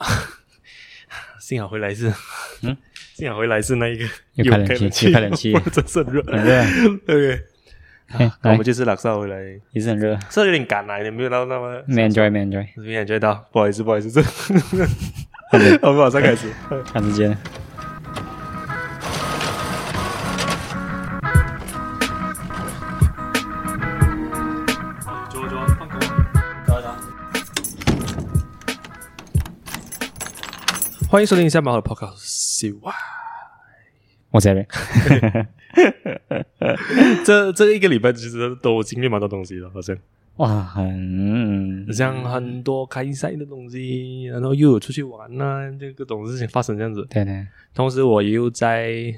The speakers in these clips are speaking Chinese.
幸好回来是，嗯， 幸好回来是那一个又有开冷气又开冷气 啊真是 很热，很热 OK，嘿啊我哎来们，就是拉萨回来，也是很热这有点赶来，你没有到那么， ，man enjoy，man enjoy，没感觉到，不好意思，不好意思，这 我们马上开始。看时间了。走走，放工，走走。欢迎收听一下马的 Podcast，希望我在这，这这一个礼拜其实都经历蛮多东西的，好嗯像哇，很嗯好像很多开赛的东西，然后又有出去玩呐、啊，就各种事情发生这样子。对对，同时，我又在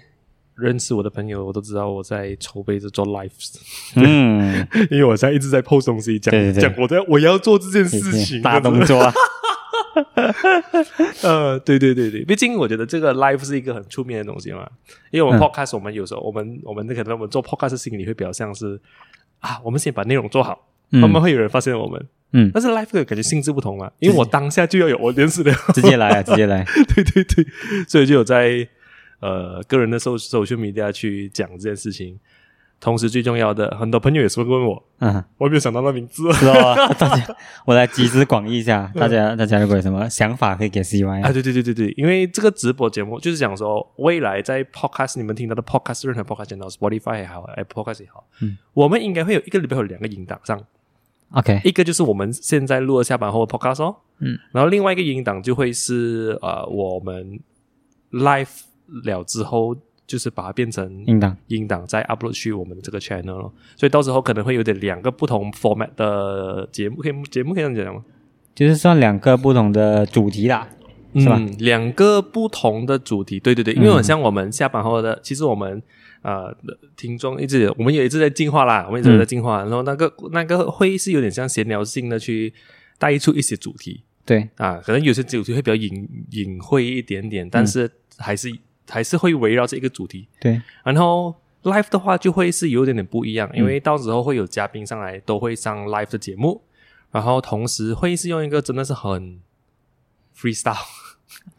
认识我的朋友，我都知道我在筹备着做 lives， 嗯，因为我现在一直在 post 东西，讲对对对讲我在我要做这件事情，大这样子动作啊， 呃，对对对对，毕竟我觉得这个 live 是一个很出面的东西嘛，因为我们嗯 podcast，、我们有时候我们我们那可能我们做 podcast 的心里会比较像是啊，我们先把内容做好，慢慢嗯会有人发现我们。嗯，但是 live 的感觉性质不同嘛，因为我当下就要有 audience 的，直接来啊，直接 来，对对对，所以就有在呃个人的social social media 去讲这件事情。同时最重要的，很多朋友也是会问我，嗯。我没有想到那名字知道啊，大家，我来集思广益一下，大家大家如果有什么想法，可以给 CY 嗯啊，啊。对对对对对，因为这个直播节目就是讲说，未来在 podcast 你们听到的 podcast 任何 podcast 讲到 Spotify 也好，Apple Podcast 也好，嗯，我们应该会有一个礼拜有两个音档上， OK，一个就是我们现在录了下班后的 podcast 哦，嗯，然后另外一个音档就会是呃我们 live 了之后，就是把它变成应当音档再 upload 去我们这个 channel 咯，所以到时候可能会有点两个不同 format 的节目，可以节目可以这样讲吗？就是算两个不同的主题啦，是吧？嗯嗯，两个不同的主题，对对对，因为好像我们下班后的，其实我们呃听众一直，我们也一直在进化啦，我们嗯一直在进化，然后那个那个会议是有点像闲聊性的去带出一些主题对，啊，可能有些主题会比较隐隐晦一点点，嗯但是还是、还是会围绕这一个主题，对，然后 live 的话就会是有点点不一样，嗯因为到时候会有嘉宾上来，都会上 live 的节目，然后同时会议是用一个真的是很 freestyle。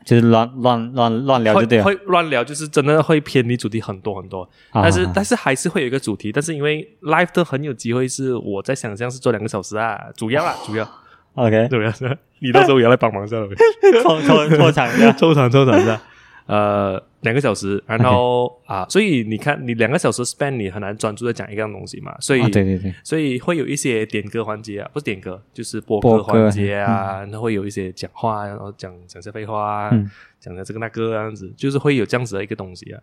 就是乱乱乱乱聊就对了。会会乱聊，就是真的会偏离主题很多很多。啊但是、啊但是还是会有一个主题，但是因为 live 都很有机会是我在想象是做两个小时啊，主要啦，主要 OK，主要 是你到时候也要来帮忙一下了，。拖拖拖长一下 抽场抽场的。呃，两个小时，然后啊，所以你看，你两个小时 span 你很难专注在讲一样东西嘛，所以、啊，对对对，所以会有一些点歌环节啊，不是点歌，就是播歌播歌环节啊，然后会有一些讲话啊，然后讲讲些废话啊，嗯讲下这个那个啊这样子，就是会有这样子的一个东西啊。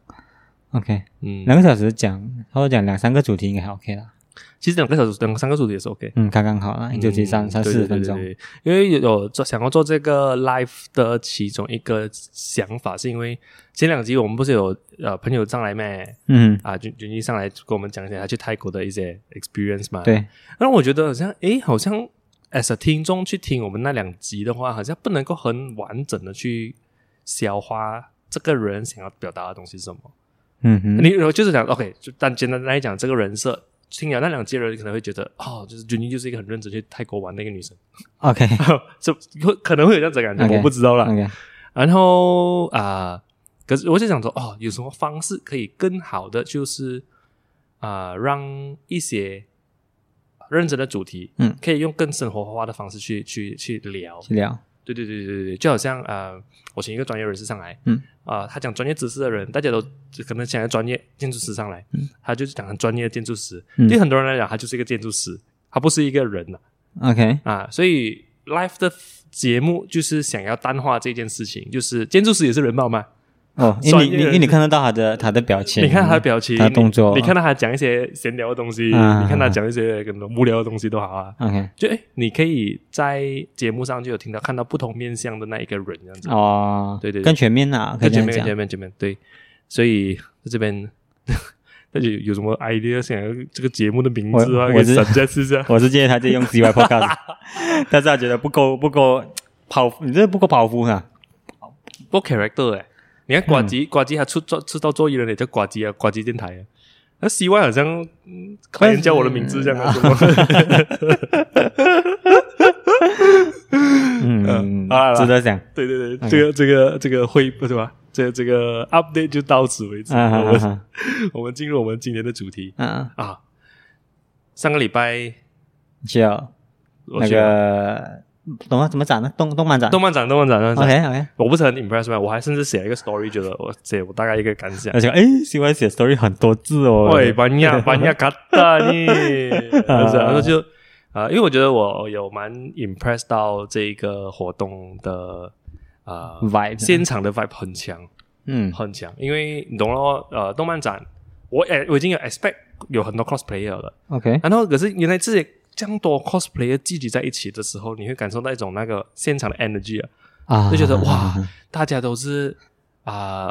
，OK，嗯，两个小时讲，或者讲两三个主题应该还 OK 啦。其实两个小时、两三个小时也是 OK，嗯嗯，刚刚好啦，就其实三三四十分钟对。对对对因为有做想要做这个 live 的其中一个想法，是因为前两集我们不是有呃朋友上来咩嗯，啊，君君一上来跟我们讲一下他去泰国的一些 experience 嘛。。对，然后我觉得好像诶，好像 as a 听众去听我们那两集的话，好像不能够很完整的去消化这个人想要表达的东西是什么。嗯哼，你就是讲 OK，就但简单来讲，这个人设，听了那两集的人可能会觉得，哦，就是 j u n i 就是一个很认真去泰国玩的一个女生， OK 这会可能会有这样子的感觉 OK 我不知道啦。 OK，然后啊、可是我就想说，哦，有什么方式可以更好的，就是啊、让一些认真的主题，嗯，可以用更生活化的方式去去去聊。去聊。对对对对对对，就好像呃，我请一个专业人士上来，嗯，啊、他讲专业知识的人，大家都可能想要专业建筑师上来，嗯他就是讲很专业的建筑师，嗯对很多人来讲，他就是一个建筑师，他不是一个人呐 OK，啊所以 Life 的节目就是想要淡化这件事情，就是建筑师也是人貌嘛， 哦，因为专你业你因为你看得到他的他的表情，你看他的表情，他的动作，你，你看到他讲一些闲聊的东西，啊你看他讲一些可能无聊的东西都好啊， OK，就哎，你可以在节目上就有听到看到不同面向的那一个人这样子。哦，嗯对对对更全面啦，那可以这前面样讲。前面前面对，所以在这边， 那就有什么 idea 想要这个节目的名字啊，我给我是大家试一下。 我是建议他就用 CY Podcast，但是他觉得不够不够跑，你这不够跑夫啊。不 character 哎、你嗯看呱唧呱唧还出做出道做艺人也叫呱唧啊，呱唧电台啊。那 CY 好像嗯快点叫我的名 字这样啊，什么嗯，嗯好啦好啦值得讲。对对对，这个这个这个会不是吧？这个这个 update 就到此为止。啊我们、啊我们进入我们今天的主题啊！啊啊。上个礼拜叫我那去个懂吗？怎么展呢？动动漫展。动漫展，动漫展，动漫展 OK OK。我不是很 impressed，嘛我还甚至写了一个 story，觉得我写我大概一个感想而。且哎，喜欢写 story 很多字哦。喂，班亚 班亚卡达你，就是然后就啊、因为我觉得我有蛮 impressed 到这个活动的啊、呃 vibe 现场的 vibe 很强嗯很强，因为你懂咯，呃，动漫展我哎我已经有 expect 有很多 cosplayer 了， ，OK，然后可是原来这些这样多 cosplayer 聚集在一起的时候，你会感受到一种那个现场的 energy 啊，啊就觉得哇，大家都是啊、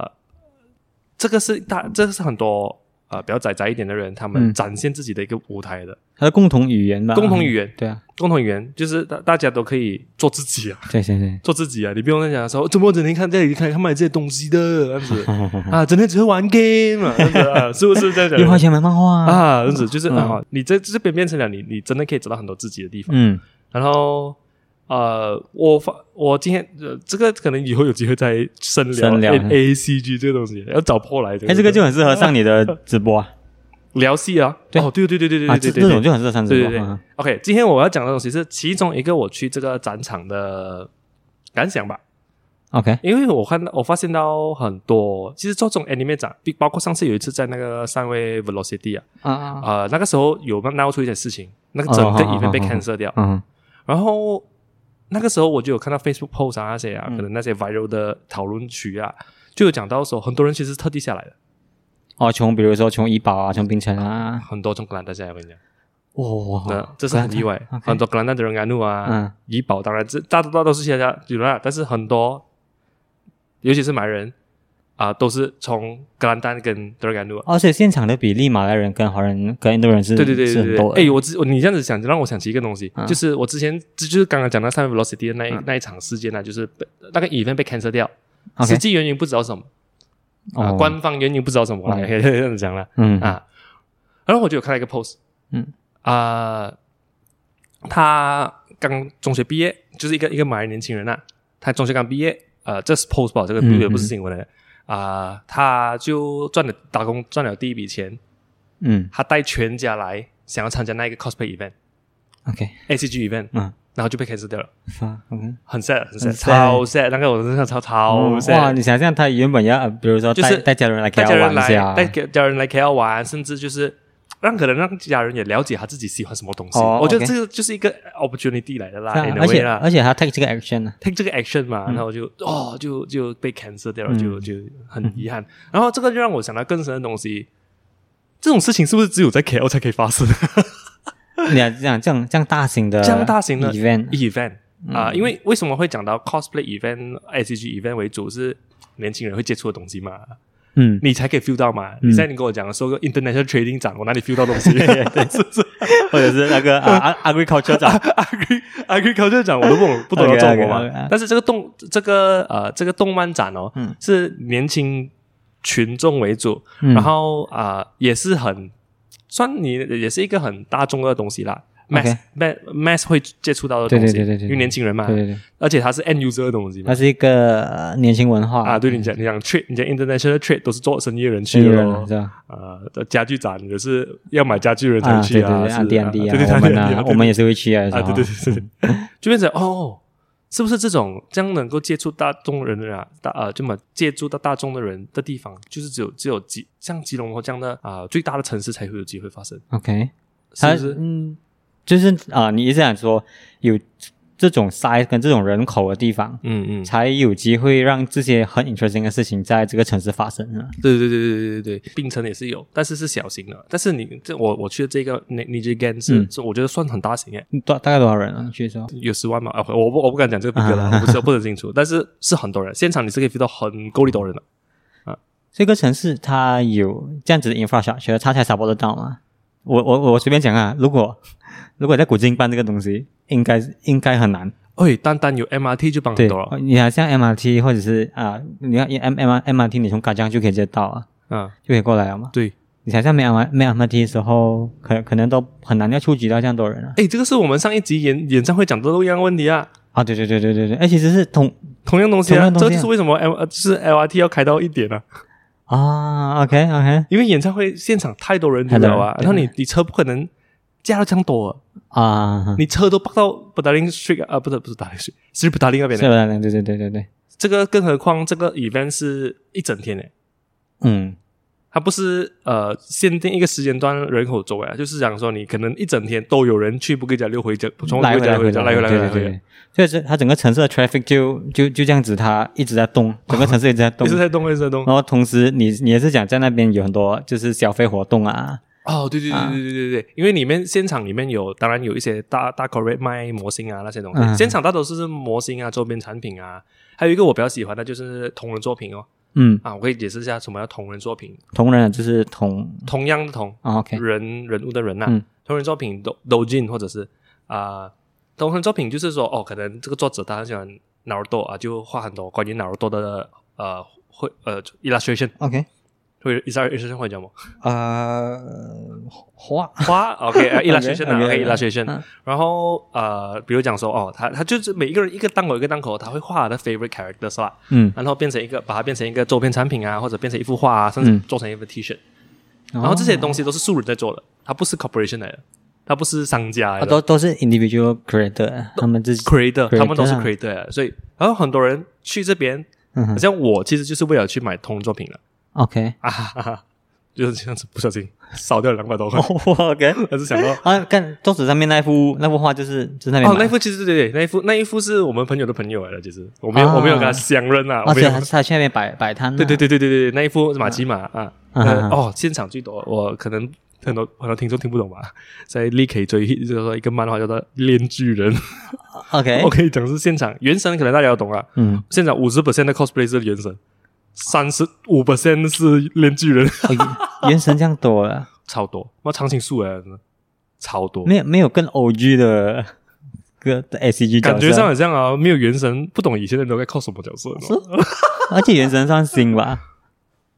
这个是大，这个是很多呃比较宅宅一点的人，他们嗯展现自己的一个舞台的、它的共同语言吧？共同语言，对啊，共同语言就是大大家都可以做自己啊，对对对，做自己啊，你不用再讲说怎么整天看这里看看买这些东西的这样子 啊，整天只会玩 game 啊，这样子啊，是不是这样 零花讲？钱买漫画，啊，这样子就是、嗯啊，你在这边变成了你，你真的可以找到很多自己的地方。嗯然后呃，我发我今天、呃、这个可能以后有机会再深聊深聊 A A C G 这个东西，要找破来的。哎，这个就很适合上你的直播啊，聊戏啊，对哦，对对对对对啊，对这对这对种就很适合上直对播对对啊。 OK，今天我要讲的东西是其中一个我去这个展场的感想吧， OK，因为我看到我发现到很多，其实做这种 anime 展，比包括上次有一次在那个三位 Velocity 啊，啊啊，呃，那个时候有闹出一点事情，那个哦整个好好 event 被好好 cancel 掉，嗯然后那个时候我就有看到 Facebook post 啊那些啊，嗯可能那些 viral 的讨论区啊，就有讲到说很多人其实是特地下来的，哦，穷，比如说穷怡宝啊，穷冰城啊，很多从格兰丹下来，我跟你讲，哇，那这是很意外， OK 很多格兰丹的人安怒啊，嗯怡宝当然这大多都是现在有啦，但是很多，尤其是马来人啊、都是从格兰丹跟德尔甘怒。啊而且哦现场的比例，马来人跟华人跟印度人是对对对嗯是对很对多的对，哎，我之我你这样子想，让我想起一个东西，嗯就是我之前就就是刚刚讲到上面 velocity 的那一、那一场事件呢、啊，就是被那个 event 被 cancel 掉 OK 实际原因不知道什么，啊，哦官方原因不知道什么了，嗯可以 这样讲了嗯啊。然后我就有看到一个 post，嗯啊，他刚中学毕业，就是一个一个马来年轻人啊，他中学刚毕业，呃，这是 post 吧，这个嗯也不是新闻来的啊，他就赚了打工赚了第一笔钱，嗯他带全家来想要参加那一个 cosplay event、 ，OK， ACG event，嗯然后就被 cancel 掉了，发 OK，很 sad，很 sad， sad 超 sad，那个我真的超超哦 sad，哇，你想象他原本要，呃比如说就带是带家人来带家 KL 人玩一来，下啊带家家人来 KL 玩，甚至就是让可能让家人也了解他自己喜欢什么东西。哦我觉得 OK 这个就是一个 opportunity 来的啦这样，in a 而 way 且啊嗯啦而且他 take 这个 action 啊呢， ，take 这个 action 嘛，然后就哦，就就被 cancel 掉了，嗯就就很遗憾。然后这个就让我想到更深的东西，这种事情是不是只有在 KL 才可以发生？ 呃你想这样这样这样大型 的这样大型的 event，嗯 event 啊、因为为什么会讲到 cosplay event、ACG event 为主是年轻人会接触的东西嘛？ 嗯，你才可以 feel 到嘛？你现在你跟我讲说个 international trading 展，我哪里 feel 到东 西？ 是不是？或者是那个啊 啊 agriculture 展， Agri Agriculture 展我都不懂不懂要 OK，OK，中国嘛 OK，OK 啊但是这个动这个呃这个动漫展哦，嗯是年轻群众为主，嗯然后啊、呃也是很算你也是一个很大众的东西啦。mass OK mass mass 会接触到的东西，对对对对对因为年轻人嘛，对对对，而且它是 end user 的东西嘛它，是一个呃年轻文化啊，对你讲你讲 trade，你讲 international trade 都是做生意的人去年轻的人咯，是吧？啊，家具展也是要买家具的人才啊，去对对对，是啊 D N 对 D 对啊，我对们对啊对，我们也是会去啊，有时啊，候对对对对，对 就变成哦，是不是这种这样能够接触大众人的啊，大呃，这么接触到大众的人的地方，就是只有只有吉像吉隆坡这样的啊、最大的城市才会有机会发生， ，OK，是它不是？嗯，就是啊，你一直想说有这种 size 跟这种人口的地方。嗯嗯，才有机会让这些很 interesting 的事情在这个城市发生啊！对对对对对对对，槟城也是有，但是是小型的。但是你这我我去的这个 n i j i g a n 是、嗯是我觉得算很大型诶，大大概多少人啊？你去的时候有十万嘛？啊，我不我不敢讲这个比格啊了，我不是不很清楚，但是是很多人，现场你是可以 feel 到很够力多人的。这个城市它有这样子的 infrastructure，它才 support 得到吗？我我我随便讲啊，如果如果在古今办这个东西，应该应该很难。哎，单单有 MRT 就帮很对多了，，你看像 MRT 或者是啊，你看 M M M R T，你从嘎江就可以直接到啊，嗯，就可以过来了嘛。对。你想象没 M R 没 M R T 的时候，可可能都很难要触及到这样多人啊。哎，这个是我们上一集演演唱会讲到的一样问题啊。啊，对对对对对对，哎，其实是同同样东西同啊，样东西这啊就是为什么 L 呃就是 LRT 要开到一点啊，啊，OK OK 因为演唱会现场太多人流了啊，太然多后人对你你车不可能加到这样多啊，啊，你车都 park 到 b d a l i n Street 啊，不是不是 b d a l i n Street，是 b d a l i n 那边是的。吧？对对对对对，这个更何况这个 event 是一整天呢，嗯它不是呃限定一个时间段人口周围啊，就是讲说你可能一整天都有人去布吉加六回家，从来布回吉加回回家来回来对回来对回对来，，对就是它整个城市的 traffic 就就就这样子，它一直在动，整个城市一直在动一。直在动一直在动。然后同时你，你也是讲在那边有很多就是消费活动啊，哦，对对对对对对对，因为里面现场里面有，当然有一些大大 corporate 卖模型啊那些东西，嗯现场大多数是模型啊周边产品啊，还有一个我比较喜欢的就是同人作品哦。嗯，啊，我可以解释一下什么叫同人作品，同人就是同同样的同，啊，OK，人人物的人呐、嗯同人作品都都进或者是啊、同人作品就是说哦，可能这个作者他很喜欢 Naruto 啊，就画很多关于 Naruto 的呃绘呃 illustration， OK，会 illustration 会 讲吗？呃，花，画 OK 啊 illustration 啊 OK OK，OK， illustration，嗯然后呃，比如讲说哦，他他就是每一个人一个档口一个档口，他会画他的 favorite character 是吧？嗯，然后变成一个把它变成一个周边产品啊，或者变成一幅画啊，甚至嗯做成一个 T 恤。然然后这些东西都是素人在做的，它不是 corporation 来的，它不是商家来的，哦都都是 individual creator，他们自己， creator， creator 他们都是啊 creator，来的所以然后很多人去这边，嗯好哼像我其实就是为了去买同人作品了 ，OK，啊 哈哈哈，就是这样子不小心少掉两百多块， o k 但是想到。啊，看桌子上面那幅那幅画就是就是那边哦，哎买那一幅其实对对，那一幅那一幅是我们朋友的朋友来的，其实我没有、我没有跟他相认啊，我而没且有哦还是他去那边摆摆摊、啊。对对，对对对对，那一幅马吉马啊，啊呃啊啊哦，现场最多，我可能很多很多听众听不懂吧，在立 K 追，就是说一个漫画叫做《炼巨人》，OK，我可以讲是现场原神，可能大家都懂了，啊嗯，现场五十 percent 的 cosplay 是原神，三十五 percent 是炼巨人， 哦原原 神这样多了，超多，妈长青树哎，超多，没有没有更 OG 的个的 ACG 角色感觉上，很像啊，没有原神，不懂以前的人都在 cos 什么角色，是而且原神算 新吧，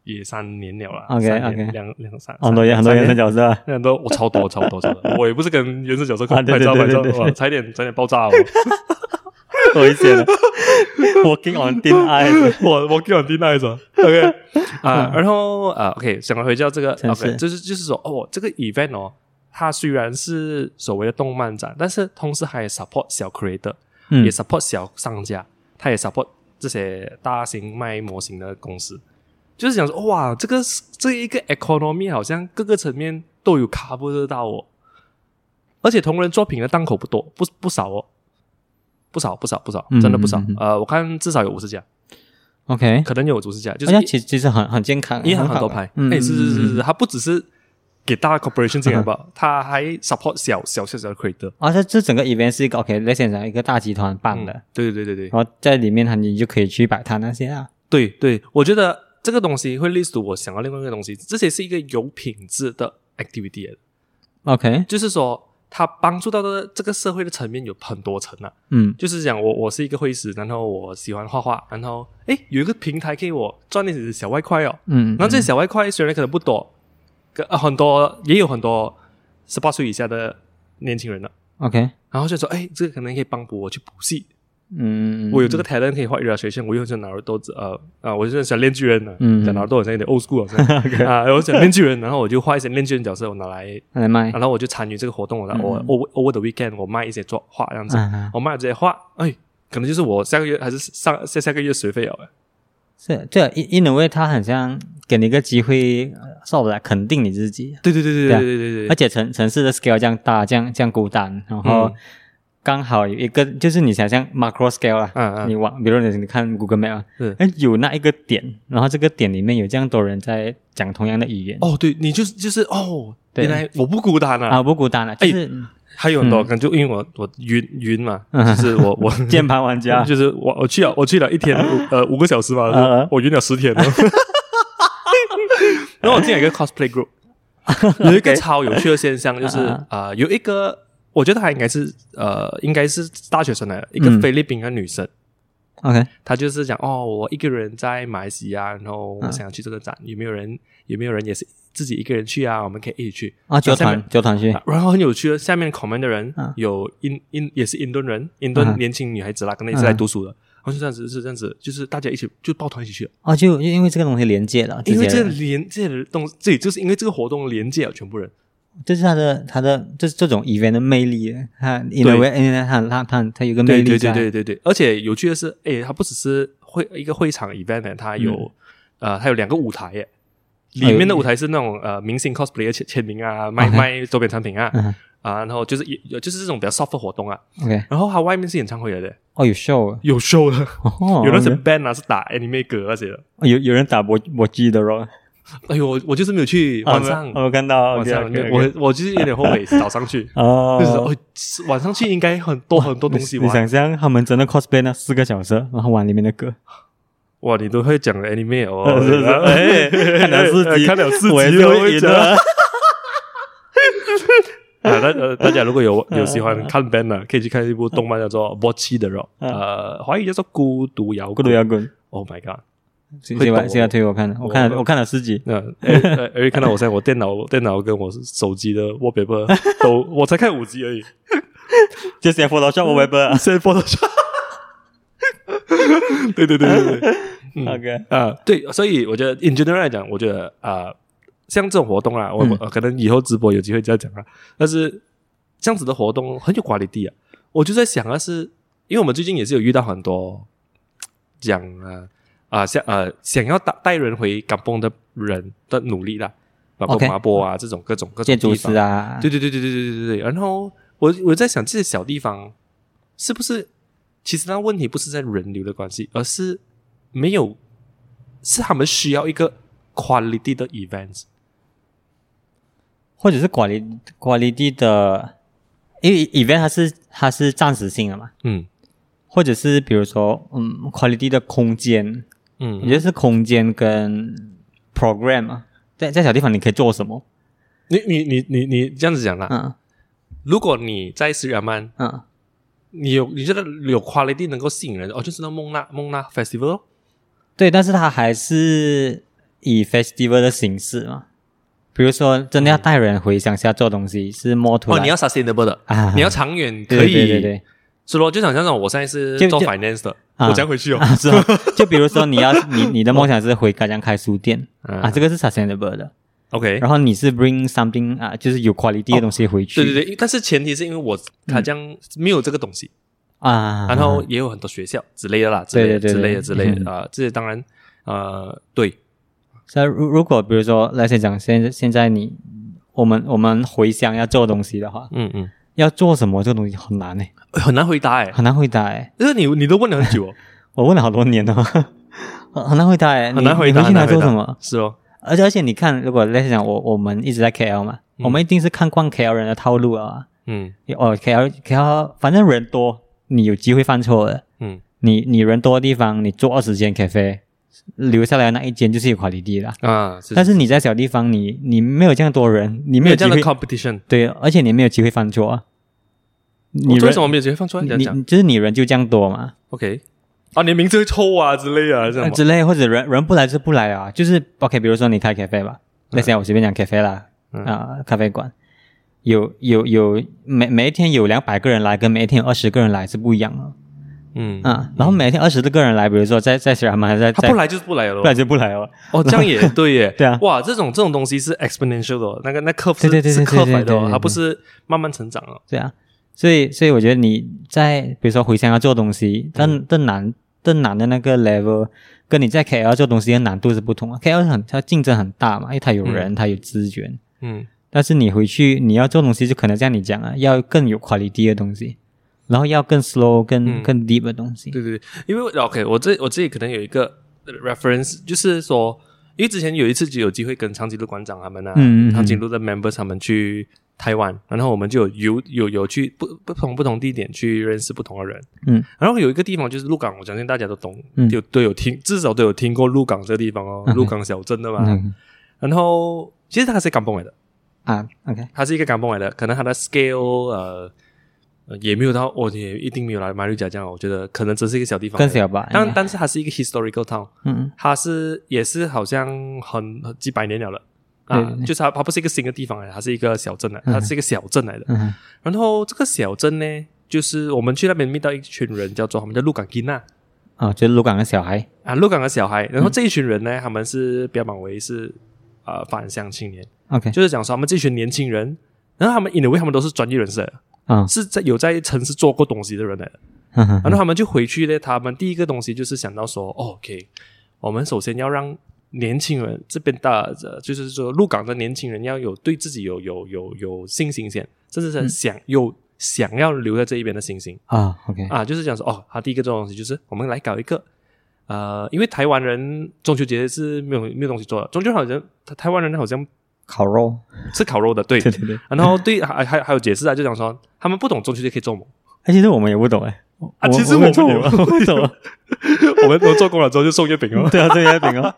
也三年了啦 OK，三年 OK 两两三，很多很多三原年神角色啊， 那都我超多超多超多，我也不是跟原始角色拍啊对拍对照对拍照，对对哇对差一点差一点爆炸哦！危 险了，Working on thin ice，我我给我听那一种，OK 啊，然后啊 OK，想要回到这个真是 OK，就是就是说哦，这个 event 哦，它虽然是所谓的动漫展，但是同时还 support 小 creator，嗯也 support 小商家，它也 support 这些大型卖模型的公司，就是想说哇，这个这一个 economy 好像各个层面都有 cover 得到哦，而且同人作品的档口不多，不不少哦，不少不少不少，真的不少。嗯嗯嗯呃，我看至少有五十家， ，OK，可能有五十家，就而且是其其实很哦很健康，银行好很的多牌。哎、嗯，是是是是，嗯，嗯嗯它不只是给大 corporation 进 来吧，它还 support 小小小小的 creator。而哦且这整个 event 是一个 OK，在现场一个大集团办嗯的，，对对对对对然后在里面它你就可以去摆摊那些啊，对对，我觉得这个东西会 list 我想到另外一个东西，这些是一个有品质的 activity 来的 OK，就是说它帮助到的这个社会的层面有很多层啊。嗯就是讲我我是一个绘师，然后我喜欢画画，然后诶有一个平台给我赚点小外快哦。嗯，然后这些小外快虽然可能不多，可、呃、很多也有很多十八岁以下的年轻人了， OK，然后就说诶这个可能可以帮补我去补习，嗯，我有这个 talent 可以画 illustration，我又很喜欢 Naruto，呃啊，我就是喜欢炼巨人的、嗯讲 Naruto 好像有点 old school 好 像啊，我喜欢炼巨人，然后我就画一些炼巨人角色，我拿来，来卖，然后我就参与这个活动，我拿我 over over the weekend 我卖一些作画这样子，嗯哼我卖了这些画，哎，可能就是我下个月还是上下下个月学费哦了，是这一因为它很像给你一个机会，呃算我来肯定你自己，对对对对对啊对对对而对，且城城市的 scale 这样大，这样这样孤单，然后嗯刚好有一个就是你想象 macro scale 啊，嗯嗯你往比如你你看 Google Map 啊是，哎有那一个点，然后这个点里面有这样多人在讲同样的语言，哦，对你就是就是哦，对原来我不孤单啊，啊不孤单了，就是还有很多，可能就因为我我晕晕嘛，嗯就是我 我键盘玩 家就是我我去了我去了一 天五呃五个小时吧，嗯嗯我晕了十 天了。然后我进了一个 cosplay group，有一个超有趣的现象就是嗯啊、呃有一个我觉得她应该是呃应该是大学生来的一个嗯菲律宾的女生， OK，他就是讲哦，我一个人在马来西亚，然后嗯我想要去这个展，有没有人？有没有人也是自己一个人去啊？我们可以一起去啊，纠然后下面团纠团去，然后很有趣的，下面 comment 的人嗯有印印也是印度人，印度嗯年轻女孩子啦，可能也是来读书的。然后就这样子，是这样子，就是大家一起就抱团一起去了，哦，就就因为这个东西连接了，直因为接这了连这些东，这也就是因为这个活动连接了啊全部人。这是他的他的这这种 event 的魅力，他因为他他他他有个魅对力对在，对对对对，而且有趣的是，诶，它不只是会一个会场 event，呢它有、呃，它有两个舞台耶。里面的舞台是那种呃明星 cosplay 的签签名啊，卖 OK 卖周边产品啊嗯啊，然后就是也就是这种比较 soft 的活动啊， ，OK，然后它外面是演唱会来的，哦有 show，有 show 的，哦，有那是 OK band 啊，是打 anime 歌啊这些的。哦有有人打搏搏击的咯，哎呦，我我就是没有去啊晚上，我我看到晚上 OK，OK，OK 我我就是有点后 悔早上去，就是哦哦哦，是晚上去应该很多很多东西你玩。想象他们真的 cosplay 那四个角色，然后玩里面的歌，哇，你都会讲 anime 哦， 是 是哎看了四集看了四我也集是都会会赢讲。的 啊，。大呃大家如果有有喜欢看 band 嗯的，可以去看一部动漫叫做《波奇的肉》，呃，华语叫做《孤独摇孤滚独》。摇滚， Oh my god！谁会谁把抖谁把推我看了？我看了我我看了四集，那哎哎哎，看到我现在我电脑电脑跟我手机的 wallpaper 都，我才看五集 而已。就是 Photoshop 我 web 啊先 Photoshop。对对对对对，嗯，OK，啊，对，所以我觉得 in general 来讲，我觉得啊、呃像这种活动啊，我、嗯我可能以后直播有机会再讲啊。但是这样子的活动很有管理地啊，我就在想啊是，因为我们最近也是有遇到很多讲啊啊想呃想要带带人回港崩的人的努力啦，包括 OK 麻波啊这种各种各种建筑地方师啊，对对对对对对对对。然后我我在想，这些小地方是不是其实那问题不是在人流的关系，而是没有是他们需要一个 quality 的 event。或者是管理管理地的，因为 event 它是它是暂时性的嘛，嗯或者是比如说嗯，quality 的空间，我嗯，觉得是空间跟 program 啊，在在小地方你可以做什么？你你你你你这样子讲啦，嗯如果你在斯里兰曼，嗯，你有你觉得有 quality 能够吸引人的，哦，就是那孟纳孟纳 festival 咯对，但是它还是以 festival 的形式嘛，比如说真的要带人回乡下做东西是 more to 哦， like- 你要 sustainable 的，啊你要长远对可以，对对对是咯，就想像那种我现在是就做就 finance 的，啊我讲回去哦， 啊，是啊，就比如说你要你你的梦想是回家乡开书 店啊啊，这个是 sustainable 的。 ，OK，然后你是 bring something 啊，就是有 quality 的东西回去。哦嗯对对对，但是前提是因为我卡江没有这个东西，啊，然后也有很多学校之类的啦，之类的对之对类对的对嗯之类的啊，这些当然呃，对，所以如如果比如说来先讲，现在现在你我们我们回乡要做东西的话，嗯嗯，要做什么这个东西很难诶，很难回答 哎，很难回答诶。因为你你都问了很 久哦，我问了好多年了， 很很难回答诶，很难回答，你你回去拿很难回做答什么？是哦，而且而且你看，如果来讲我我们一直在 KL 嘛，嗯我们一定是看惯 KL 人的套路啊。嗯哦，KL KL 反正人多，你有机会犯错的。嗯你你人多的地方，你做二十间 cafe，留下来的那一间就是有 quality 啦。啊，但是是你在小地方，你你没有这样多人，你没没有有这机样的会 competition，对，而且你没有机会犯错啊。你我人为什么没有直接放出来你讲讲你就是你人就这样多嘛， ？OK，啊，你的名字会抽啊之类啊，这样吗呃之类或者人人不来就不来啊，就是 OK，比如说你开 cafe 吧，那现在我随便讲 cafe 啦，嗯啊、咖啡馆有有有每每一天有两百个人来，跟每一天有二十个人来是不一样的嗯，啊。然后每一天二十个人来，比如说在在西兰嘛，在他在不来就是不来了不。然就不来了。哦，这样 也对耶，对啊哇，这种这种东西是 exponential 的哦，那个那 curve 是对对对是对对 curve 对来的对哦，对它不是慢慢成长哦，对啊，所以所以我觉得你在比如说回乡要做东西，嗯但但难但难的那个 level，跟你在 KL 做东西的难度是不同啊。KL 很它竞争很大嘛，因为它有人，它有资源。嗯但是你回去你要做东西，就可能像你讲啊，要更有 quality 的东西，然后要更 slow、更、嗯更 deep 的东西。对对，对，因为 OK，我这我自己可能有一个呃 reference，就是说，因为之前有一次就有机会跟长颈鹿馆长他们啊，嗯嗯嗯长颈鹿的 members 他们去台湾，然后我们就有有有有去不不同不同地点去认识不同的人，嗯，然后有一个地方就是鹿港，我相信大家都懂，嗯有都有听，至少都有听过鹿港这个地方哦，嗯鹿港小镇的嘛，嗯然后其实它是港崩来的，啊，OK，它是一个港崩来的，可能它的 scale 呃。呃也没有到，我、也一定没有来马六甲这样。我觉得可能只是一个小地方，更小吧应但该但是它是一个 historical town，嗯，它是也是好像很很几百年了了啊对对，对就是它它不是一个新的地方来的，它是一个小镇来，它是一个小镇来的。嗯哼然后这个小镇呢，就是我们去那边 meet 到一群人，叫做他们叫鹿港吉娜啊，就是鹿港的小孩，啊，鹿港的小嗯孩。然后这一群人呢，他们是标榜为是呃返乡青年， OK，就是讲说他们这群年轻人，然后他们 in a way 他们都是专业人士来的，啊，是在有在城市做过东西的人来的。嗯哼然后他们就回去呢，他们第一个东西就是想到说、哦、，OK，我们首先要让年轻人这边的，呃就是说入港的年轻人要有对自己有有有有信心先，甚至是想、有想要留在这一边的信心啊，OK，啊，就是讲说哦，他第一个这种东西就是我们来搞一个。呃，因为台湾人中秋节是没有没有东西做的，中秋好像台台湾人好像烤肉， 吃烤肉的，对。对对对，然后对，还还还有解释啊，就讲说他们不懂中秋节可以做么哎，其实我们也不懂哎，啊我其实我我们不懂也 我不懂， 我们我做工了之后就送月饼哦。对啊，这月饼 哦，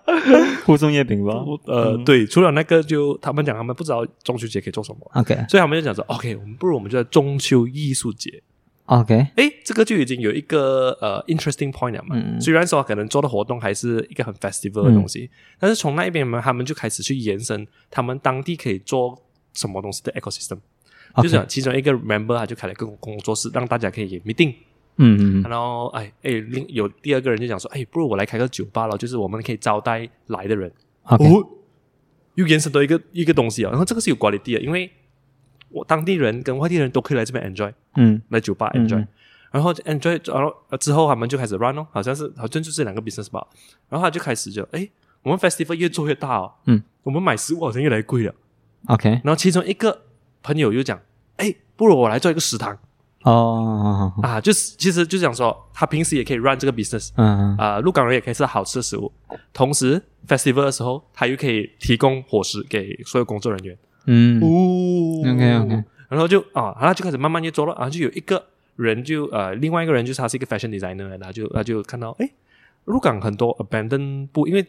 互送月饼吧我呃，嗯对，除了那个就，他们讲他们不知道中秋节可以做什么， ，OK 所以他们就讲说，OK，我们不如我们就在中秋艺术节。 OK，诶，这个就已经有一个呃 interesting point 了嘛。嗯虽然说可能做的活动还是一个很 festival 的东西，但是从那一边嘛，他们就开始去延伸他们当地可以做什么东西的 ecosystem。就 OK 是讲啊其中一个 member 他就开了一个工作室，让大家可以 meeting，嗯嗯嗯然后哎哎，另有第二个人就讲说，哎，不如我来开个酒吧了，就是我们可以招待来的人。 ，OK，哦，又延伸到一个一个东西啊。然后这个是有管理地的，因为我当地人跟外地人都可以来这边 enjoy，嗯来酒吧嗯 enjoy，、然后 enjoy，然后呃之后他们就开始 run 哦，好像是好像就是两个 business 吧，然后他就开始就哎，我们 festival 越做越大哦，嗯，我们买食物好像越来越贵了。 ，OK，然后其中一个朋友就讲，哎，不如我来做一个食堂哦，啊，就是其实就想说他平时也可以 run 这个 business。嗯，啊、鹿港人也可以吃好吃的食物，同时 festival 的时候，他又可以提供伙食给所有工作人员。嗯嗯哦 OK，OK 然后就啊，然后就开始慢慢就做了，然后就有一个人就呃，另外一个人就是他是一个 fashion designer，来的他就他就看到诶，鹿港很多 abandon 部，因为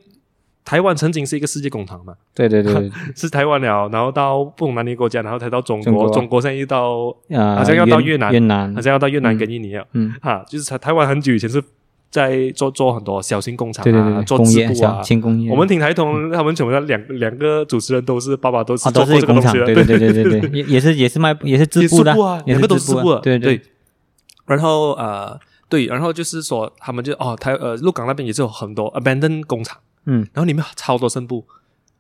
台湾曾经是一个世界工厂嘛， 对对对，是台湾了，然后到不同南邻国家，然后才到中国，中国啊现在又到对啊，好像要到越南越南好，像要到越南跟印尼了，嗯，哈、就是台台湾很久以前是在做做很多小型工厂啊，对对对，做工织业布啊小。轻工业，我们挺台同，他们全部上两两个主持人都是爸爸都是啊，做都过是这个东工厂，西的，对对对对对，也也是也是卖也是织也是布的布啊，，也两个都是织织布的，对对，然后呃，对，然后就是说他们就哦，台呃鹿港那边也是有很多 abandon 工厂，嗯，然后里面超多剩布，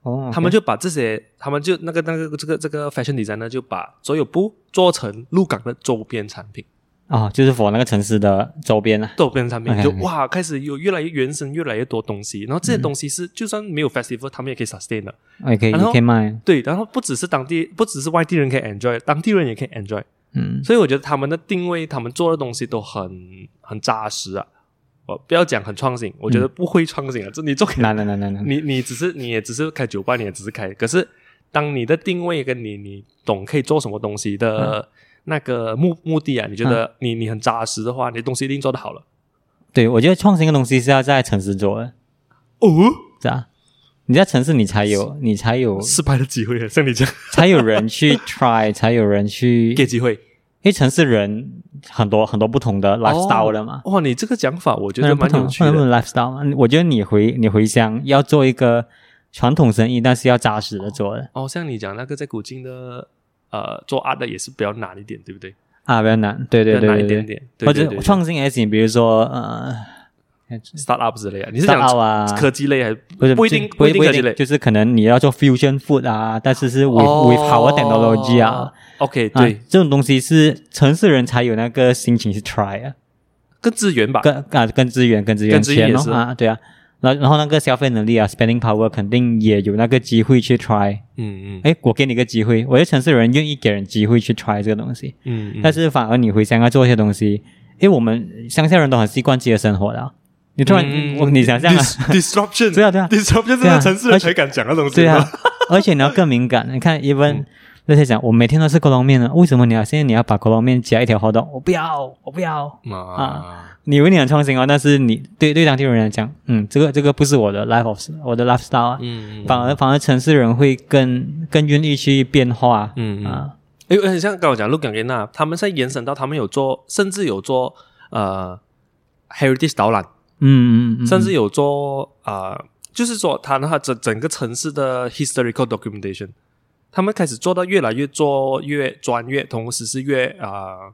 哦，他们就把这些，他们就那个那个这个这个 fashion design 呢，就把所有布做成鹿港的周边产品，啊，就是佛那个城市的周边啊，周边产品 OK，就 OK 哇，开始有越来越原生，越来越多东西，然后这些东西是就算没有 festival，他们也可以 sustain 的，啊也可以然后也可以卖，对，然后不只是当地，不只是外地人可以 enjoy，当地人也可以 enjoy。嗯 所以我觉得他们的定位，他们做的东西都很很扎实啊。我不要讲很创新，我觉嗯得不会创新啊。这你做给难难难难难，你你只是你也只是开酒吧，你也只是开，可是当你的定位跟你你懂可以做什么东西嗯的那个目目的啊，你觉得你你很扎实的话，你的东西一定做得好了。对我觉得创新的东西是要在城市做的，哦，是啊，你在城市你才有你才有 失败的机会啊，像你这样才有人去 try，才有人去，给因机会。为城市人很多很多不同的 lifestyle 的嘛，哇，你这个讲法我哦觉当得哦然不蛮有同，趣不同的。的 lifestyle 嘛。我觉得你回你回乡要做一个传统生意，但是要扎实的做的哦，像你讲那个在古今的呃做 art 的也是比较难一点，对不对？啊，比较难，对对比较难对一点对点，对，或对对对者对创新也行，比如说呃 start up 之类啊？你是讲 startup 啊，科技类还是不是不一定不一定不科一技类定，？就是可能你要做 fusion food 啊，但是是 with 哦 with our technology 啊。 ，OK，啊对，，这种东西是城市人才有那个心情去 try 啊，更资源吧，跟啊跟资源跟资源跟资源钱也咯是啊，对啊，然后然后那个消费能力啊，spending power 肯定也有那个机会去 try。嗯嗯哎，我给你个机会，我觉得城市人愿意给人机会去 try 这个东西，嗯嗯，但是反而你回乡下做一些东西，因为我们乡下人都很习惯自己的生活的啊、你突然、嗯我你想象啊， disruption，对啊对啊，disruption 对啊而且敢讲的东对啊，而且你要更敏感。你看，even、那嗯些讲我每天都吃锅笼面的，为什么你要现在你要把锅笼面加一条活动？我不要，我不要。 啊，你以为你很创新哦，但是你对对当地人来讲，嗯，这个这个不是我的 life of 我的嗯 lifestyle 啊，嗯嗯反而反而城市人会更更愿意去变化，嗯嗯啊，因为很像刚我讲鹿港人呐，他们在延伸到他们有做，甚至有做呃 heritage 导览，嗯嗯嗯，甚至有做啊、呃就是说他呢，他整整个城市的 historical documentation，他们开始做到越来越做越专业，同时是越啊、呃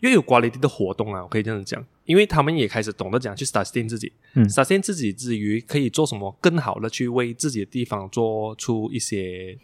越有 quality 的活动啊，我可以这样讲，因为他们也开始懂得讲去 sustain 自己，嗯 sustain 自己之余，可以做什么更好的去为自己的地方做出一些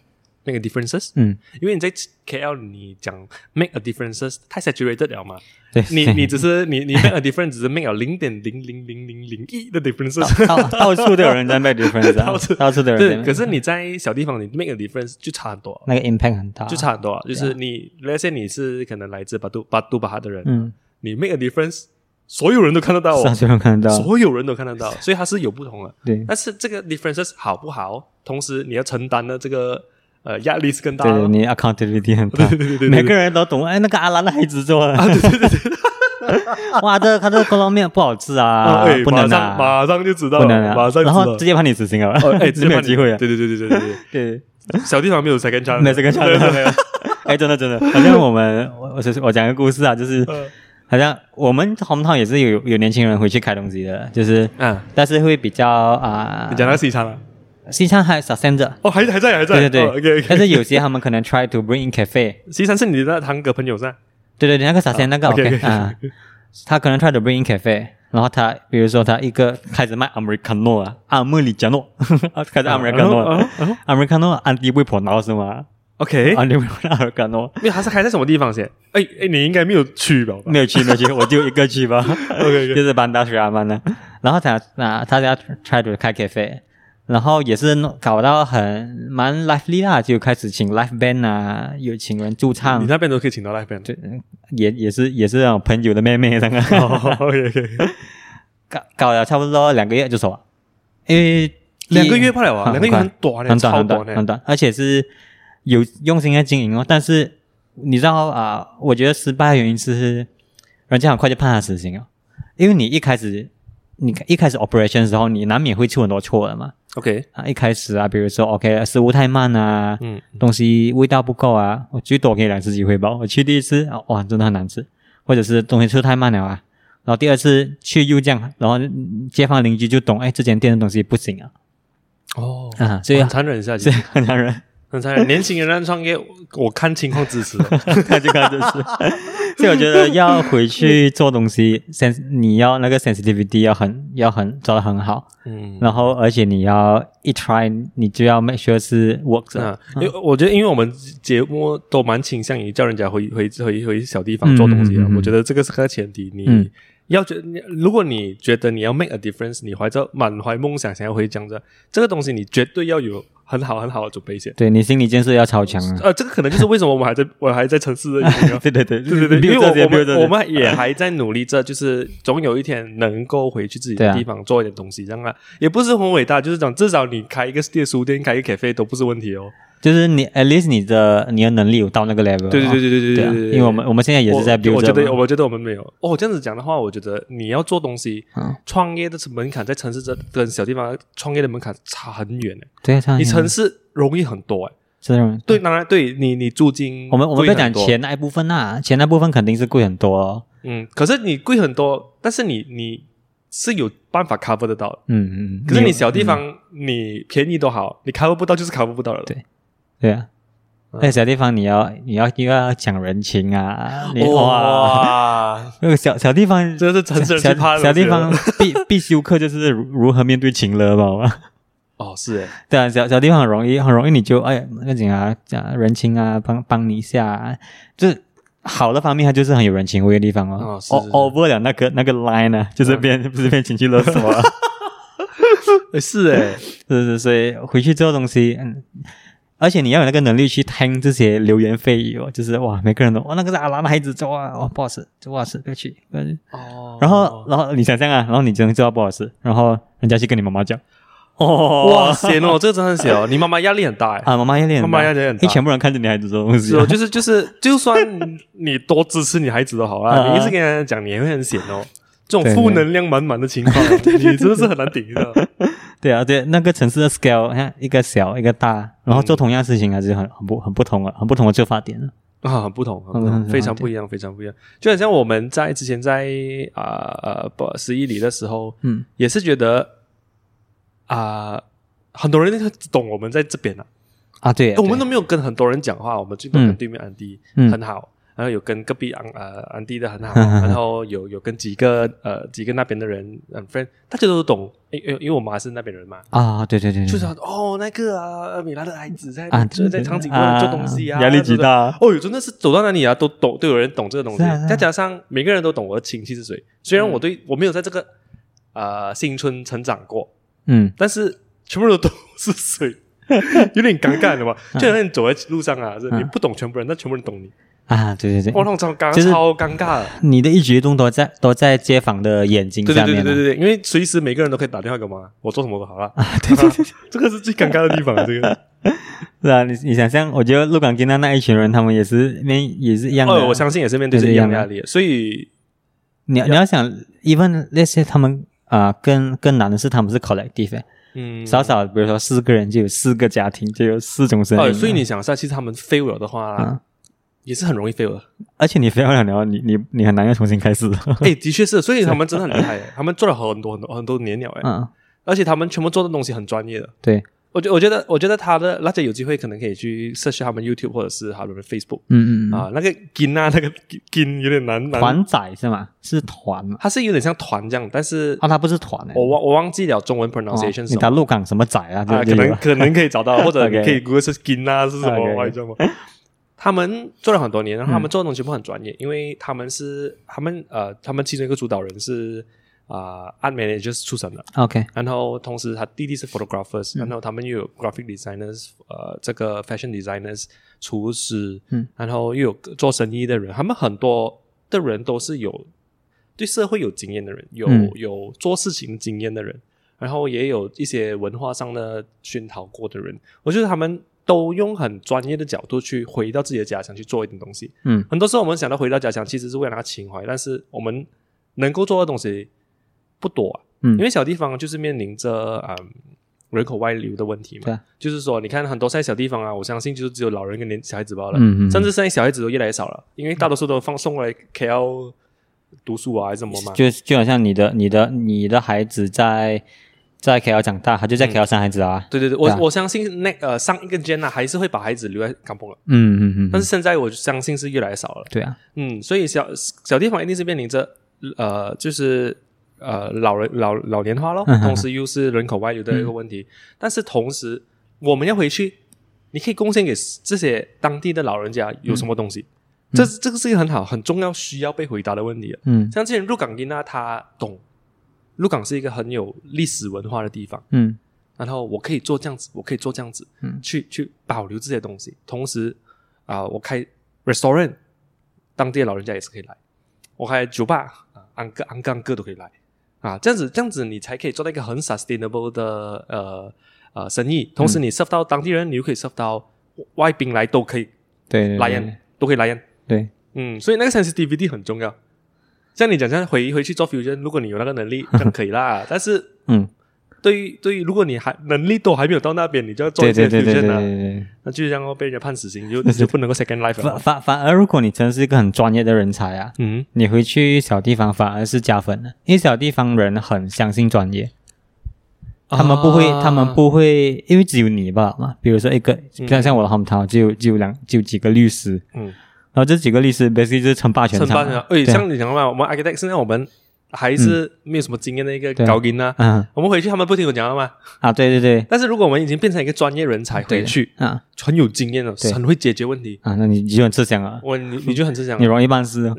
那个 differences，嗯，因为你在 KL 你讲 make a differences 太 saturated 了嘛，对， 你对你只是你你 make a difference 只是 make 了零点零零零零零一的 differences， 到到处都有人在 make difference，啊到处到处都 有对，人在可 make，是你在小地方，你 make a difference 就差很多了，那个 impact 很大，啊就差很多了。啊就是你，那些你是可能来自巴杜巴杜巴哈的人，嗯，啊你 make a difference，所有人都看得到上哦，次有看到，所有人都看得到，所以它是有不同的。对但是这个 differences 好不好，同时你要承担的这个呃压力是更大对，的。你 accountability 很大，对对对啊对对每个人都懂，哎，那个阿兰的孩子做的， 哇，这他这个捞面不好吃啊啊，哎，不马能上啊，马上就知道不了，能啊，马上就知然道后直。接判你死刑啊哦， 哎，，没有机会啊，对对对对对对对。对，小地方没有 second chance，没 second chance 对对对哎，真的真的，好像我们 我我是我讲个故事啊，就是嗯好像我们红桃也是有有年轻人回去开东西的，就是嗯，但是会比较啊，你讲到西餐了，西餐还 sustain 着，哦，还还在还在，对对对、 ，OK OK。但是有些他们可能 try to bring in cafe，西餐是你的堂哥朋友噻，对对对，那个 sustain、那个 OK， OK OK，啊，他可能 try to bring in cafe。然后他，比如说他一个开始卖 Americano 啊，阿莫里加诺， 开始 Americano，Americano、啊啊啊 Americano 安迪未婆闹是吗？ ，OK，安迪未婆 Americano 因为他是开在什么地方先？哎哎，你应该没有去吧？没有去没有去，我就一个去 吧。OK，OK 就是搬到水阿啊曼呢，然后他啊，他家 try to 开 cafe，然后也是弄搞到很蛮 lively 啦，就开始请 live band 啊，有请人驻唱你，那边都可以请到 live band。啊对，也也是也是那种朋友的妹妹这样啊，哦，OK OK，搞搞了差不多两个月就走了，因为两个月罢了啊，啊两个月很很短嘞，很短超很短欸短嘞很。短，而且是有用心在经营哦。但是你知道啊、我觉得失败的原因是人家很快就判他死刑哦，因为你一开始你一开始 operation 的时候，你难免会出很多错的嘛。 OK，啊，一开始啊，比如说 OK 食物太慢啊，嗯，东西味道不够啊，我最多给你两次机会吧。我去第一次啊，哇，真的很难吃，或者是东西出太慢了啊。然后第二次去又这样，然后嗯街坊邻居就懂，哎，这间店的东西不行啊，哦，啊，所以很残忍下所去以，很让人 很残忍。年轻人让创业，我看情况支持的。他就开始吃。 所以我觉得要回去做东西，sens 你要那个 sensitivity 要很要很抓得很好，嗯，然后而且你要一 try 你就要 make sure 是 works 的。啊，因为我觉得，因为我们节目都蛮倾向于叫人家回回回回小地方做东西的嗯嗯嗯，嗯我觉得这个是个前提。你嗯要觉，你如果你觉得你要 make a difference，你怀着满怀梦想想要回江浙，这个东西你绝对要有很好很好的准备先。对你心理建设要超强啊！呃，这个可能就是为什么我们还在我还在城市的原因啊。 对对对对对对，因为我这些我不用这们些我们也还在努力着，就是总有一天能够回去自己对的啊地方做一点东西，这样啊，也不是很伟大，就是讲至少你开一个店书店，开一个 cafe 都不是问题哦。就是你 at least 你的你的能力有到那个 level 啊。对对对对对对啊对对，因为我们我们现在也我是在 build 我觉得嘛我觉得我们没有哦。这样子讲的话，我觉得你要做东西嗯，创业的门槛在城市这跟小地方创业的门槛差很远诶。对啊，差很你远城市容易很多诶。这种对，当然对你你租金我们我们不要贵很讲多，钱那一部分啦，钱那部分肯定是贵很多哦。嗯，可是你贵很多，但是你你是有办法 cover 得到的。嗯嗯。可是你小地方你便宜都好，你 cover 不到就是 cover 不到了。对对啊，嗯在小地方你要你要又要讲人情啊，你哇，哇， 那个小小地方这是城市人小去怕的小地方 东必必修课就是如如何面对情了嘛。哦，是诶。对啊，小小地方很容易，很容易你就哎那个啊，讲人情啊，帮帮你一下、啊，就是好的方面，它就是很有人情味的地方哦哦。是嗯是是 o v e r 了那个那个 line 呢、就是变、 不是变情绪勒索啊，诶是欸诶，是是，所以回去做东西，嗯。而且你要有那个能力去听这些流言蜚语哦，就是哇，每个人都哇，那个是阿拉的孩子做啊，哇不好吃，这不好吃，不要去。不要去哦然后，然后你想象啊，然后你真的知道不好吃，然后人家去跟你妈妈讲，哦，哇，闲哦，这个真的很闲 哦，你妈妈压力很大诶。啊，妈妈压力很大，妈妈压力很大因为全部人看着你孩子做东西是啊、哦，就是就是，就算你多支持你孩子都好啦，啊你一直跟人家讲，你也会很险哦。这种 对负能量满满的情况，你真的是很难顶的。对啊，对，那个城市的 scale，看一个小一个大，然后做同样事情还是很很不很不同的，很不同的出发点啊。啊，很不同，很不嗯同，很非常好不一样，非常不一样。就很像我们在之前在啊呃不十一里的时候，嗯，也是觉得啊、很多人懂我们在这边啊，啊，对啊，我们对都啊没有跟很多人讲话，我们最多嗯跟对面安迪、嗯很好，然后有跟隔壁安呃安迪的很 好，然后有有跟几个呃几个那边的人嗯 friend，大家都懂，因因为因为我妈是那边人嘛，啊，对对对，对就是哦那个啊米拉的孩子在啊，就对在对场景啊中做东西啊，压力对极不对。大。哦，哟，真的是走到哪里啊，都懂，都有人懂这个东西。是啊嗯是啊再加上每个人都懂我的亲戚是谁，虽然我对、我没有在这个呃新村成长过，嗯但是全部人都懂我是 谁，有点尴尬的嘛。就好像你走在路上啊，是你嗯不懂全部人，但全部人懂你，啊，对对哇，对那，种超尴就是超尴尬的。你的一举一动都在都在街坊的眼睛对下对对面对对啊。对，因为随时每个人都可以打电话给我妈，我做什么都好啦。 啊， 对对对，这个是最尴尬的地方啊，这个。是啊，你你想象，我觉得鹿港金那那一群人，他们也是面也是一样的哦，啊。我相信也是面对对这对一样一样的压力，所以你要你要想，even 那些他们啊，更更难的是他们是 collective，欸嗯，少少，比如说四个人就有四个家庭，就有四种声音哦，啊。所以你想一下，其实他们 fail 了的嗯话，也是很容易 fail 的。而且你非要聊聊，你你你很难要重新开始。哎、的确是，所以他们真的很厉 害耶，他们做了很多很多很多年了哎，嗯，而且他们全部做的东西很专业的。对，我觉我觉得我觉得他的大家有机会可能可以去 search 他们 YouTube 或者是他们的 Facebook、嗯嗯嗯，啊，那个金啊那个金有点难难，团仔是吗？是团嘛？它是有点像团这样，但是啊，他不是团欸我忘我忘记了中文哦 pronunciation 是你什么打鹿港什么仔啊？啊，可就就有能了可能可以找 到，或者 OK 你可以 Google 是 skin 啊是什么 OK，OK 嗯我也知道吗？他们做了很多年，然后他们做的东西不很专业，因为他们是他们呃，他们其中一个主导人是啊、呃、，art managers 出身的， OK，然后同时他弟弟是嗯 photographers，、然后他们又有 graphic designers，呃，这个 fashion designers 厨师，嗯，然后又有做生意的人，他们很多的人都是有对社会有经验的人，有、嗯有做事情经验的人，然后也有一些文化上的熏陶过的人，我觉得他们。都用很专业的角度去回到自己的家乡去做一点东西。嗯很多时候我们想到回到家乡，其实是为了他情怀，但是我们能够做的东西不多啊。嗯，因为小地方就是面临着嗯人口外流的问题嘛。对啊就是说，你看很多现在小地方啊，我相信就是只有老人跟年小孩子罢了，嗯嗯嗯嗯甚至现在小孩子都越来越少了，因为大多数都放送来 KL 读书啊，还是什么嘛。就就好像你的你的你的孩子在在 KL 长大，他就在 KL 生孩子啊。对对对，我、对啊我相信那呃上一个 gen 啊，还是会把孩子留在港埠了，嗯嗯嗯，但是现在我相信是越来越少了。对啊，嗯，所以小小地方一定是面临着呃，就是呃老人老老年化咯，嗯哼嗯同时又是人口外流的一个问题。但是同时，我们要回去，你可以贡献给这些当地的老人家有什么东西？这这个是一个很好、很重要、需要被回答的问题。嗯像之前入港英娜，她懂，入港是一个很有历史文化的地方。嗯然后我可以做这样子，我可以做这样子，嗯去去保留这些东西。同时啊、我开 restaurant，当地的老人家也是可以来，我开酒吧啊，安哥安哥安哥都可以来啊，这样子这样子你才可以做到一个很 sustainable 的呃呃生意。同时你 serve 到当地人，你又可以 serve 到外宾来都可以对对来对人，都可以来人。对嗯，所以那个 sensitivity 很重要。像你讲，这样回回去做 fusion，如果你有那个能力，那可以啦。 但是嗯对于对于，如果你还能力都还没有到那边，你就要做对一些对对对 fusion 对了、对对。那就这样哦，被人家判死刑，你 就你就不能够 second life 反了。反反而，如果你真是一个很专业的人才啊，嗯，你回去小地方反而是加分的，因为小地方人很相信专业，他们不会，啊他们不会，因为只有你吧嘛。比如说一个，像像我的 hometown 就有就有两就有几个律师，嗯，然后这几个律师 basically 就是称霸全承场办啊，人啊。哎，对啊像你讲的嘛，我们 architect 现在我们还是没有什么经验的一个对高音呢、嗯我们回去他们不听我讲的嘛。啊，对对对但是如果我们已经变成一个专业人才对回的去，啊很有经验了，对很会解决问题，啊，那你你就很吃香啊，我你你就很是想你，容易办事哦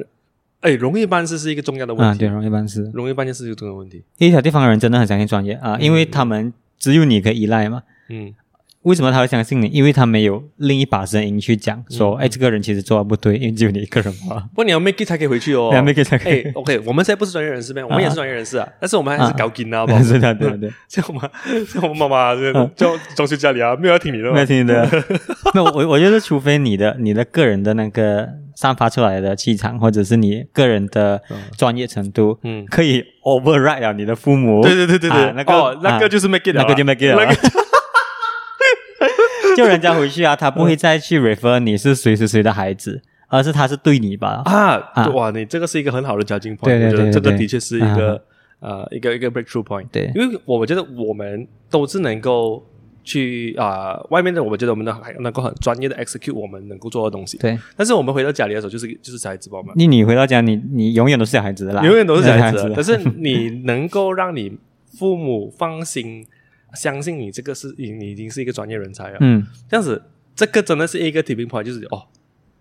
哎，容易办事是一个重要的啊，嗯问题，对，容易办事。容易办件事是一个重要的问题。因为小地方人真的很相信专业啊，因为他们只有你可以依赖嘛。嗯为什么他会相信你？因为他没有另一把声音去讲说，嗯哎，这个人其实做的不对，因为只有你一个人嘛。不过你要 make it 才可以回去哦。然后没给他，？哎，OK，我们现在不是专业人士呗，我们也是专业人士啊，但是我们还是搞金啊，好不好 是的，对对，像我妈，像我妈妈这样叫装修家里啊，没有要听你的嗯没嘛有。听 你的。那我我觉得，除非你的你的个人的那个散发出来的气场，或者是你个人的专业程度，嗯可以 override 了你的父母。对对对对对啊，那个哦那个啊就是 make it，了啊那个就 make it 了那个。 就人家回去啊，他不会再去 refer 你是谁谁谁的孩子，而是他是对你吧？啊，啊哇，你这个是一个很好的 judging point，对对我觉得对这个对啊的确是一个、呃一个一个 breakthrough point，对因为我觉得我们都是能够去啊、外面的我觉得我们的还能够很专业的 execute 我们能够做的东西，对，但是我们回到家里的时候就是就是小孩子包嘛，你你回到家，你你永远都是小孩子的啦，永远都是小孩子小 啊，的但是你能够让你父母放心相信你这个是你你已经是一个专业人才了，啊嗯， 这样子这个真的是一个 tipping point，就是哦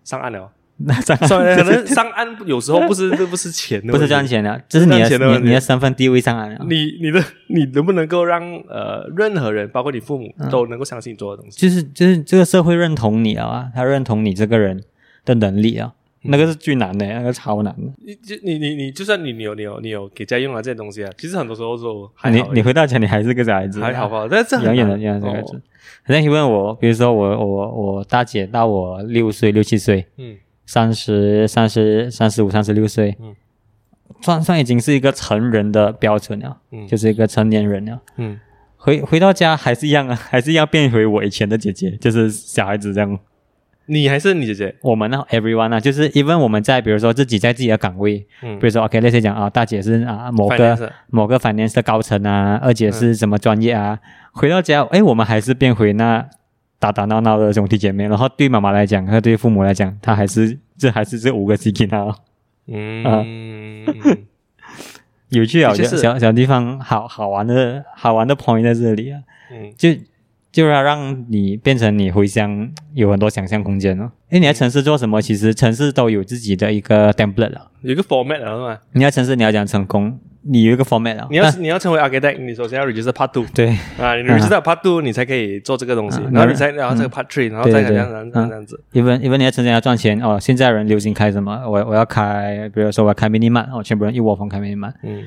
上岸了。那这样所以可能上岸 有时候不是不是钱的问题，不是赚钱的，这是你赚钱的的问题你你的身份地位上来了。你你的你能不能够让呃任何人，包括你父母，嗯都能够相信你做的东西？就是就是这个社会认同你了啊，他认同你这个人的能力啊，嗯那个是最难的，那个超难的。你就你你你，就算你你有你有你有给家用啊这些东西啊，其实很多时候都还你好，你回到家，你还是个小孩子，还好吧？但是这很永 远的难永远这个子哦。人家问我，比如说我我我大姐到我六岁六七岁，嗯三十三十三十五三十六岁，嗯算算已经是一个成人的标准了，嗯就是一个成年人了。嗯，回回到家还是一样啊，还是要变回我以前的姐姐，就是小孩子这样。你还是你姐姐，我们呢，everyone 啊，就是 even 我们在比如说自己在自己的岗位，嗯比，如说 OK，类似讲啊，大姐是啊某个 Finance 嗯某个 finance 的高层啊，二姐是什么专业啊，回到家，哎，我们还是变回那打打闹闹的兄弟姐妹，然后对妈妈来讲和对父母来讲，他还是这还是这五个 CK 啊，嗯，嗯有趣啊，我觉的确得是小小地方好好玩的好玩的 point 在这里啊，嗯，就就要让你变成你回乡有很多想象空间哦。哎，嗯你在城市做什么？其实城市都有自己的一个 template 了。有一个 format 啊了是吗？你要城市，你要讲成功，你有一个 format 了。你要但你要成为 architect，你首先要 register part two 对，啊，你 register part two，你才可以做这个东西啊，然后那你才然后这个 part three，然后对再对这样这对样这样嗯这样子，因为因为你在城市要赚钱哦，现在人流行开什么？我我要开，比如说我要开 mini mart，哦，全部人一窝蜂开 mini mart。嗯。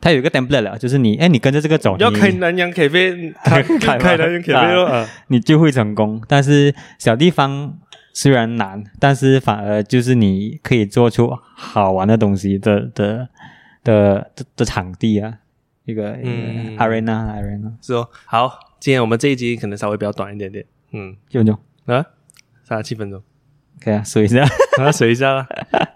它有一个 template 了，就是你哎，你跟着这个走，要你开南洋 K 啡，开开吗开南洋 K 啡咯。啊你就会成功。但是小地方虽然难，但是反而就是你可以做出好玩的东西的的的的的场地啊，一个一嗯个 arena arena，是哦，好，今天我们这一集可能稍微比较短一点点，嗯就就啊，三十七分钟，可以啊，数一下， 然后水一下啦，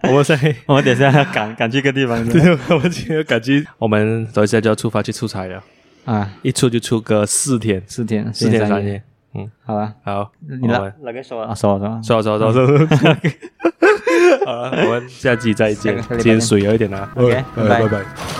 我们再，我们等一下要赶赶去一个 地方对，我们今天赶去，我们等一下就要出发去出差了，啊，一出就出个四天，四天四天三三，夜，嗯，好吧，好，你我来们来个手啊，手啊手啊。收了收了收了， 好了，我们下集再见下个礼拜，见今天水有一点啊 OK，拜拜拜。